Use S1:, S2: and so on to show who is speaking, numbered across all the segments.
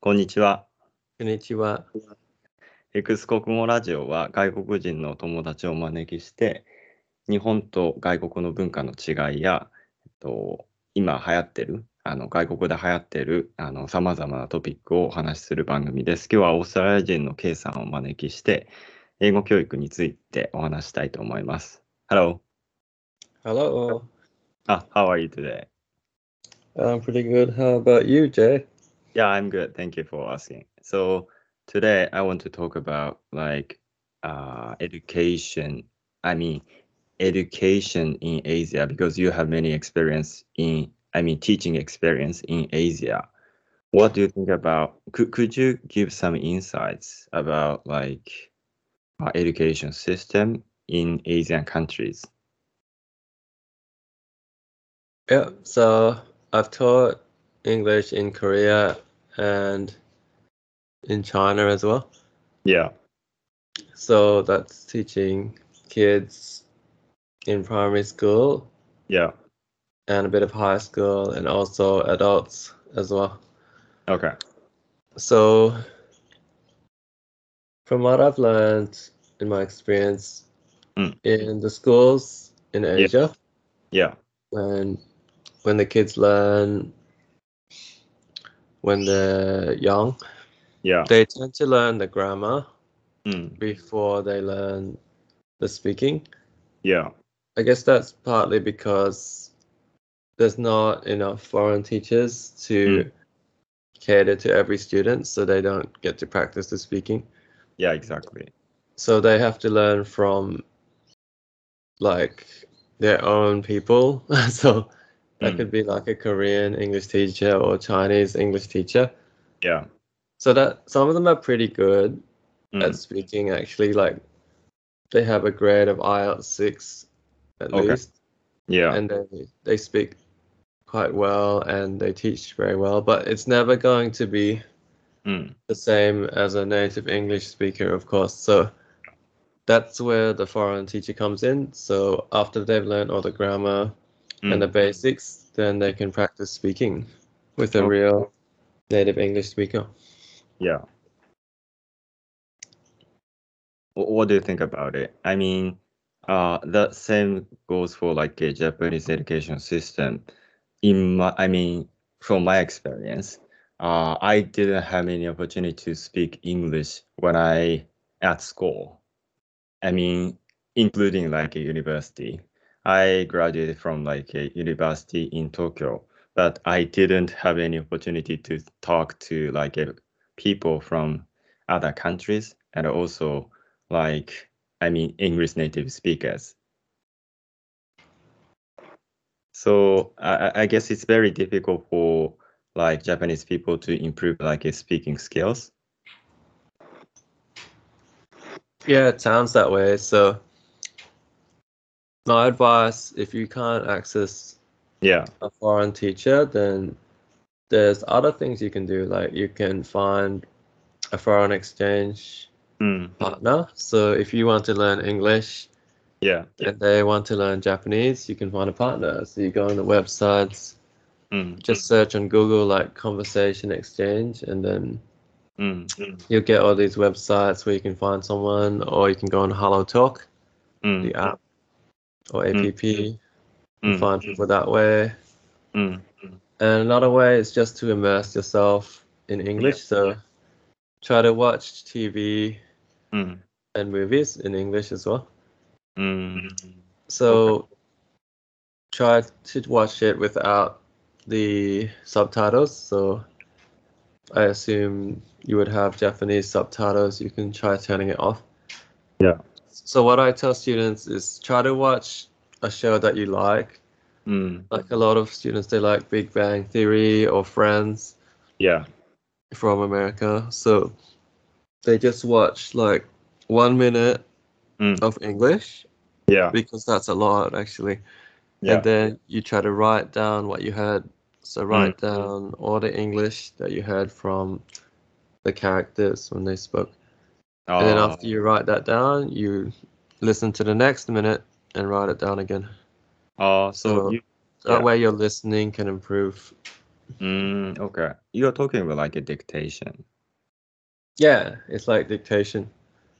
S1: こんにちは。
S2: こんにちは。
S1: エクス国語ラジオは外国人の友達をお招きして、日本と外国の文化の違いや、えっと、今流行ってる、あの外国で流行ってるさまざまなトピックをお話しする番組です。今日はオーストラリア人の K さんをお招きして、英語教育についてお話したいと思います。Hello.
S2: Hello.
S1: あ、How are you today?
S2: I'm pretty good. How about you, Jay?
S1: Yeah, I'm good. Thank you for asking. So today I want to talk about like uh, education. I mean, education in Asia because you have many experience in. I mean, teaching experience in Asia. What do you think about? Could could you give some insights about like uh, education system in Asian countries?
S2: Yeah, so I've taught English in Korea and in China as well.
S1: Yeah.
S2: So that's teaching kids in primary school
S1: Yeah.
S2: and a bit of high school and also adults as well.
S1: Okay.
S2: So, from what I've learned in my experience
S1: Mm.
S2: in the schools in Asia,
S1: Yeah.
S2: when when the kids learn when they're young
S1: Yeah.
S2: they tend to learn the grammar
S1: Mm.
S2: before they learn the speaking
S1: Yeah.
S2: i guess that's partly because there's not enough foreign teachers to cater to every student so they don't get to practice the speaking
S1: Yeah. Exactly.
S2: so they have to learn from like their own people so that
S1: Mm.
S2: could be like a korean english teacher or chinese english teacher
S1: Yeah.
S2: so that some of them are pretty good at
S1: Mm.
S2: speaking actually like they have a grade of ielts 6 at
S1: Okay.
S2: least
S1: Yeah.
S2: and they, they speak quite well and they teach very well but it's never going to be
S1: Mm.
S2: the same as a native English speaker, of course. So that's where the foreign teacher comes in. So after they've learned all the grammar and the
S1: Mm.
S2: basics, then they can practice speaking with a
S1: Okay.
S2: real native English speaker.
S1: Yeah. Wh- What do you think about it? I mean, uh, the same goes for like a Japanese education system. In my, I mean, from my experience, uh, I didn't have any opportunity to speak English when I at school. I mean, including like a university. I graduated from like a university in Tokyo, but I didn't have any opportunity to talk to like a, people from other countries and also like I mean English native speakers. So I, I- I guess it's very difficult for like Japanese people to improve like a speaking skills.
S2: Yeah, it sounds that way. So my advice if you can't access
S1: Yeah.
S2: a foreign teacher, then there's other things you can do. Like you can find a foreign exchange
S1: Mm.
S2: partner. So if you want to learn English,
S1: Yeah.
S2: and they want to learn Japanese, you can find a partner. So you go on the websites,
S1: Mm.
S2: just search on Google like conversation exchange, and then
S1: Mm.
S2: you'll get all these websites where you can find someone, or you can go on Hello Talk,
S1: Mm.
S2: the app or app, and
S1: Mm.
S2: find people that way.
S1: Mm.
S2: And another way is just to immerse yourself in English. So try to watch TV
S1: Mm.
S2: and movies in English as well.
S1: Mm.
S2: So try to watch it without the subtitles. So I assume you would have Japanese subtitles. You can try turning it off.
S1: Yeah.
S2: So what I tell students is try to watch a show that you like.
S1: Mm.
S2: Like a lot of students, they like Big Bang Theory or Friends
S1: Yeah.
S2: from America. So they just watch like one minute
S1: Mm.
S2: of English
S1: Yeah.
S2: because that's a lot actually.
S1: Yeah.
S2: and then you try to write down what you heard. So write down all the English that you heard from the characters when they spoke. And then
S1: Uh,
S2: after you write that down, you listen to the next minute and write it down again.
S1: uh, so
S2: so-
S1: you,
S2: That
S1: Yeah.
S2: way your listening can improve
S1: Mm, okay. You're talking about like a dictation.
S2: Yeah, it's like dictation.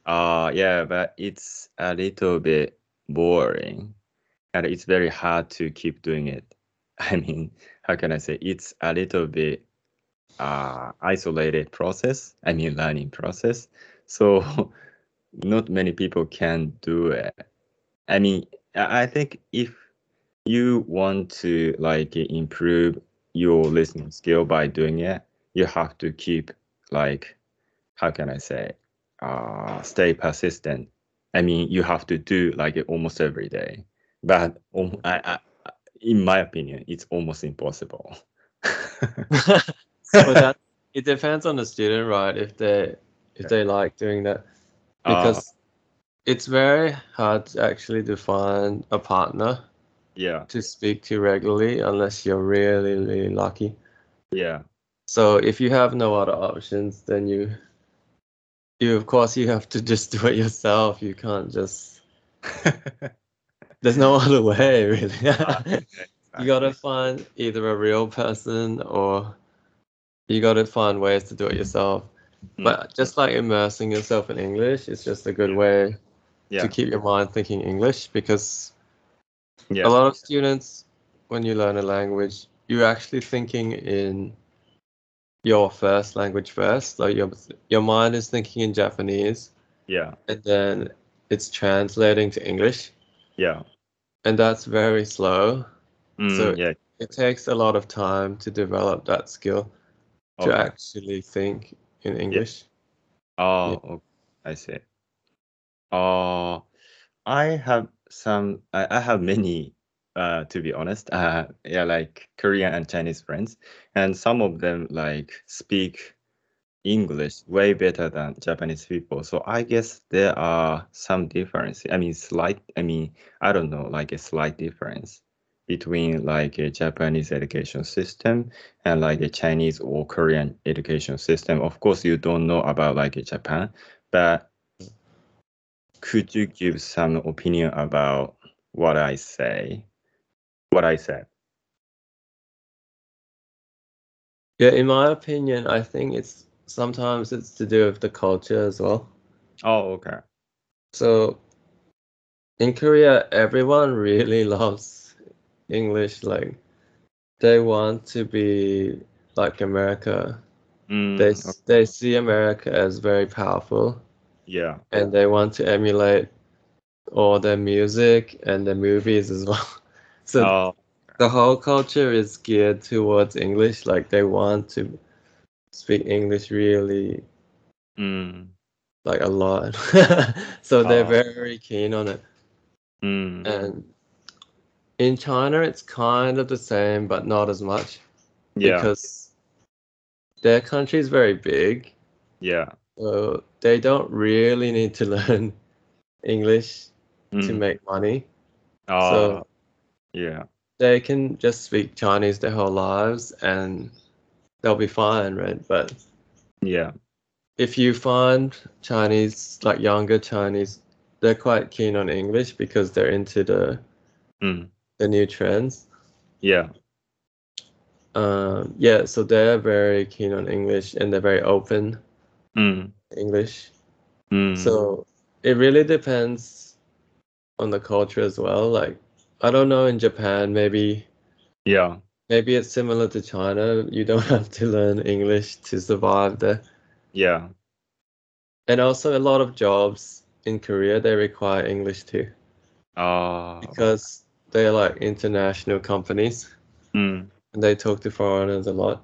S1: Uh, yeah, but it's a little bit boring and it's very hard to keep doing it. I mean, how can I say? It's a little bit uh, isolated process. I mean, learning process. So not many people can do it. I mean, I I think if you want to like improve your listening skill by doing it, you have to keep like how can I say uh stay persistent. I mean, you have to do like it almost every day. But um, I, I, I- in my opinion, it's almost impossible. Uh,
S2: but that it depends on the student, right? If they if they like doing that,
S1: Uh,
S2: Ah. because it's very hard to actually to find a partner
S1: yeah,
S2: to speak to regularly unless you're really really lucky.
S1: yeah,
S2: So if you have no other options, then you you of course you have to just do it yourself. You can't just there's no other way really. you gotta
S1: Exactly.
S2: find either a real person or you gotta find ways to do it yourself.
S1: Mm.
S2: But just like immersing yourself in English, it's just a good way
S1: yeah,
S2: to keep your mind thinking English because
S1: yeah,
S2: a lot of students, when you learn a language, you're actually thinking in your first language first. Like your your mind is thinking in Japanese,
S1: yeah,
S2: and then it's translating to English,
S1: yeah.
S2: and that's very slow. So
S1: Mm, yeah,
S2: it takes a lot of time to develop that skill to
S1: okay.
S2: actually think in English.
S1: Oh, okay. I see. Uh, I have some, I, I have many, uh, to be honest. Uh, yeah, like Korean and Chinese friends, and some of them like speak English way better than Japanese people. So I guess there are some difference. I mean, slight, I mean, I don't know, like a slight difference between like a Japanese education system and like a Chinese or Korean education system. Of course, you don't know about like Japan, but could you give some opinion about what I say? What I said?
S2: Yeah, in my opinion, I think it's sometimes it's to do with the culture as well.
S1: Oh, okay.
S2: So in Korea, everyone really loves English. Like they want to be like America. They
S1: Mm,
S2: s- they see America as very powerful,
S1: yeah.
S2: and they want to emulate all their music and their movies as well. So
S1: Oh,
S2: the whole culture is geared towards English. Like they want to speak English really
S1: mm,
S2: like a lot. So they're
S1: oh,
S2: very keen on it.
S1: mm,
S2: And in China, it's kind of the same, but not as much
S1: yeah,
S2: because their country is very big.
S1: yeah.
S2: So they don't really need to learn English to
S1: Mm,
S2: make money.
S1: oh,
S2: So
S1: yeah.
S2: they can just speak Chinese their whole lives and they'll be fine, right? But
S1: Yeah.
S2: if you find Chinese, like younger Chinese, they're quite keen on English because they're into the,
S1: Mm.
S2: the new trends.
S1: Yeah.
S2: Um, yeah, so they're very keen on English and they're very open
S1: Mm.
S2: to English.
S1: Mm.
S2: So it really depends on the culture as well. Like I don't know in Japan, maybe
S1: Yeah.
S2: maybe it's similar to China. You don't have to learn English to survive there.
S1: Yeah.
S2: And also a lot of jobs in Korea, they require English too
S1: Oh.
S2: because they're like international companies
S1: Mm.
S2: and they talk to foreigners a lot.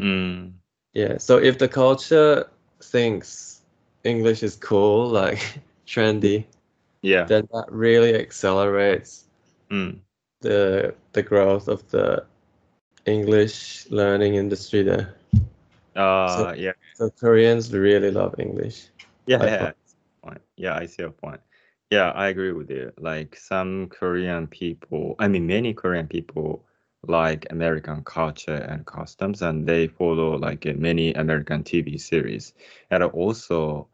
S1: Mm.
S2: Yeah, so if the culture thinks English is cool, like trendy,
S1: Yeah.
S2: then that really accelerates
S1: Mm.
S2: the the growth of the English learning industry there. So
S1: Uh. Yeah.
S2: so Koreans really love English,
S1: Yeah.
S2: I find.
S1: Yeah. Point. Yeah. I see your point. Yeah. I agree with you. Like some Korean people, I mean, many Korean people like American culture and customs, and they follow like uh, many American TV series, and also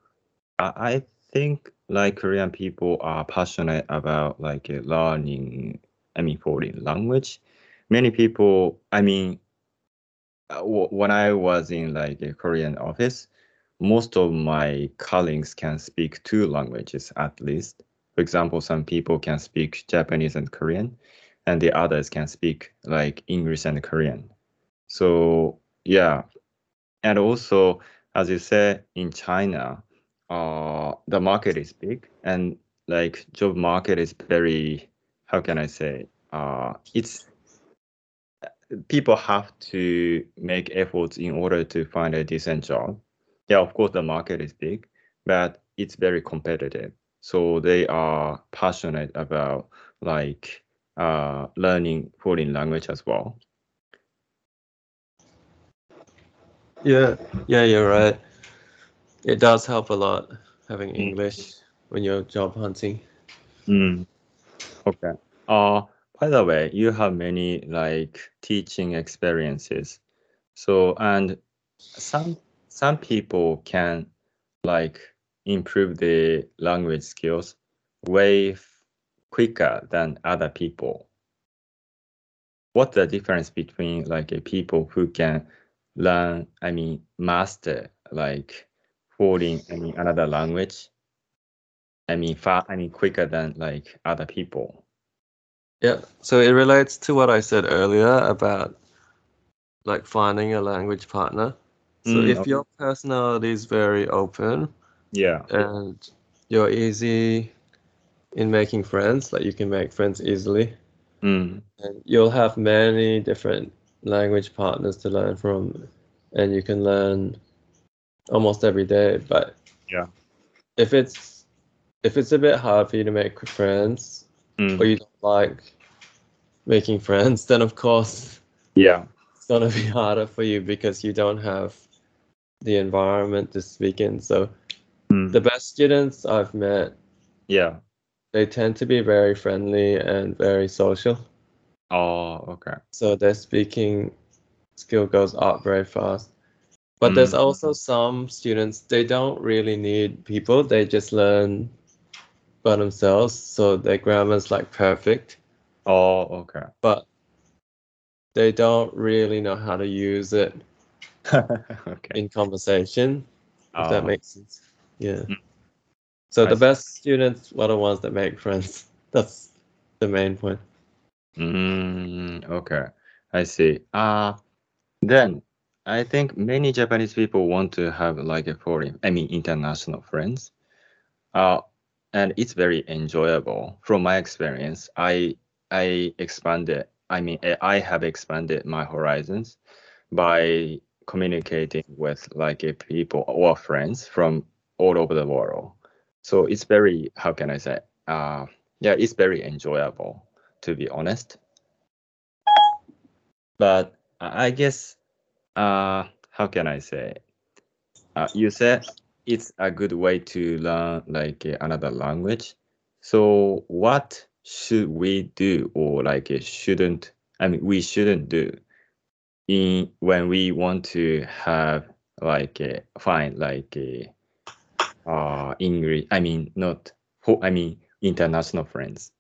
S1: I I think like Korean people are passionate about like uh, learning, I mean, foreign language. Many people, I mean, uh, w- when I was in like a Korean office, most of my colleagues can speak two languages at least. For example, some people can speak Japanese and Korean, and the others can speak like English and Korean. So yeah, and also as you said in China, uh, the market is big and like job market is very how can I say uh, it's people have to make efforts in order to find a decent job. Yeah, of course the market is big, but it's very competitive. So they are passionate about like uh, learning foreign language as well.
S2: Yeah, yeah, you're right. It does help a lot having English when you're job hunting.
S1: Mm. Okay. Uh, by the way, you have many like teaching experiences. So and some some people can like improve their language skills way f- quicker than other people. What's the difference between like a people who can learn, I mean, master like foreign, I mean, another language? I mean, far, I mean, quicker than like other people.
S2: Yeah, so it relates to what I said earlier about like finding a language partner. So
S1: Mm,
S2: if
S1: okay.
S2: your personality is very open
S1: Yeah.
S2: and you're easy in making friends, like you can make friends easily,
S1: Mm.
S2: and you'll have many different language partners to learn from, and you can learn almost every day. But
S1: Yeah.
S2: if it's if it's a bit hard for you to make friends
S1: Mm.
S2: or you don't like making friends, then of course
S1: Yeah.
S2: it's gonna be harder for you because you don't have the environment to speak in. So
S1: Mm.
S2: the best students I've met,
S1: Yeah.
S2: they tend to be very friendly and very social.
S1: Oh, okay.
S2: So their speaking skill goes up very fast. But there's
S1: Mm.
S2: also some students, they don't really need people. They just learn by themselves. So their grammar's like perfect,
S1: Oh, okay.
S2: but they don't really know how to use it
S1: okay.
S2: in conversation, if that
S1: Oh,
S2: makes sense. Yeah.
S1: Mm.
S2: So
S1: I
S2: the
S1: see.
S2: best students are the ones that make friends. That's the main point.
S1: mm, okay. I see. Uh, then I think many Japanese people want to have like a foreign, I mean, international friends. Uh, and it's very enjoyable. From my experience, I I expanded. I mean, I I have expanded my horizons by communicating with like a people or friends from all over the world. So it's very, how can I say? Uh, yeah, it's very enjoyable to be honest. But I I guess, uh, how can I say? Uh, you said it's a good way to learn like uh, another language. So what should we do or like uh, shouldn't, I mean, we shouldn't do in when we want to have like a find like a uh English, I mean, not, fo- I mean, international friends.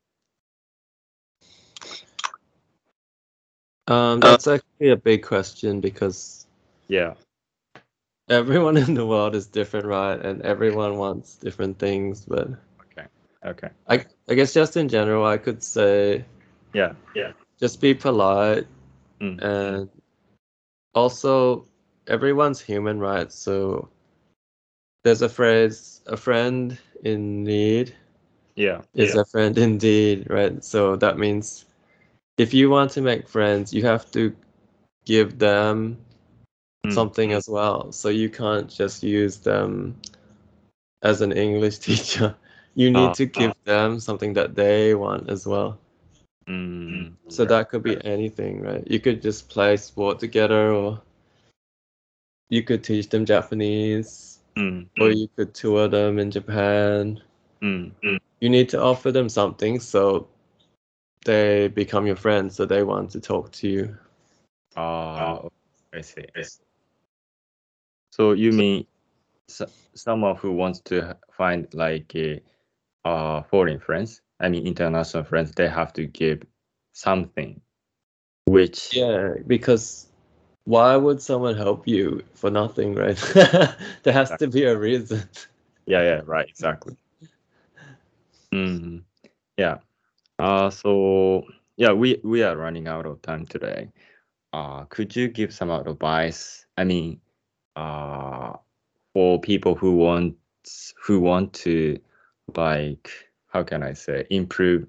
S2: Um, that's actually a big question because
S1: Yeah.
S2: everyone in the world is different, right? And everyone wants different things. But
S1: Okay. Okay.
S2: I, I guess just in general, I could say
S1: Yeah. Yeah.
S2: just be polite
S1: Mm.
S2: and also everyone's human, right? So there's a phrase, a friend in need
S1: Yeah.
S2: is a friend indeed, right? So that means if you want to make friends, you have to give them
S1: Mm.
S2: something as well. So you can't just use them as an English teacher. You need
S1: Ah,
S2: to give them something that they want as well.
S1: Mm.
S2: So that could be anything, right? You could just play sport together, or you could teach them Japanese,
S1: Mm.
S2: or Oh, you could tour them in Japan.
S1: Mm.
S2: You need to offer them something so they become your friends, so they want to talk to you.
S1: Ah, I see. I see. So you mean so, someone who wants to h- find like a uh foreign friends, I mean international friends, they have to give something which
S2: Yeah, because why would someone help you for nothing, right? there has to be a reason.
S1: Yeah, yeah, right, exactly. Mm, yeah. Uh, so yeah, we we are running out of time today. Uh, could you give some advice? I mean, uh, for people who want who want to like how can I say improve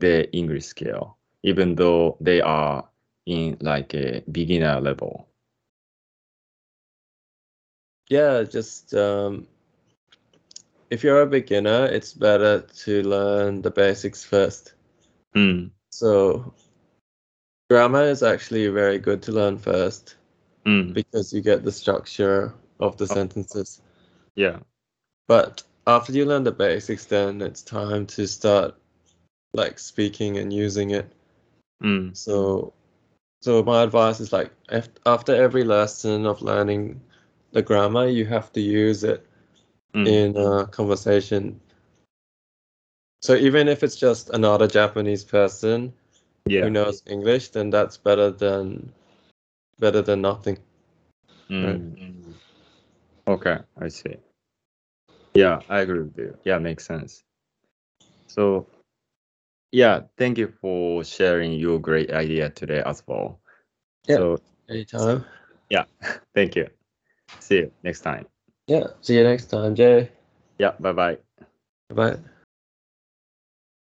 S1: their English skill, even though they are in like a beginner level.
S2: Yeah, just um, if you're a beginner, it's better to learn the basics first.
S1: Mm,
S2: So grammar is actually very good to learn first
S1: mm,
S2: because you get the structure of the
S1: Oh.
S2: sentences.
S1: yeah.
S2: But after you learn the basics, then it's time to start like speaking and using it.
S1: Mm,
S2: So, so my advice is like af- after every lesson of learning the grammar, you have to use it
S1: mm,
S2: in a conversation. So even if it's just another Japanese person
S1: yeah.
S2: who knows English, then that's better than better than nothing.
S1: Mm. Okay, I see. Yeah, I agree with you. Yeah, makes sense. So, yeah, thank you for sharing your great idea today as well.
S2: Yeah.
S1: So,
S2: Anytime.
S1: thank you. See you next time.
S2: Yeah. See you next time, Jay.
S1: Yeah, bye bye.
S2: Bye.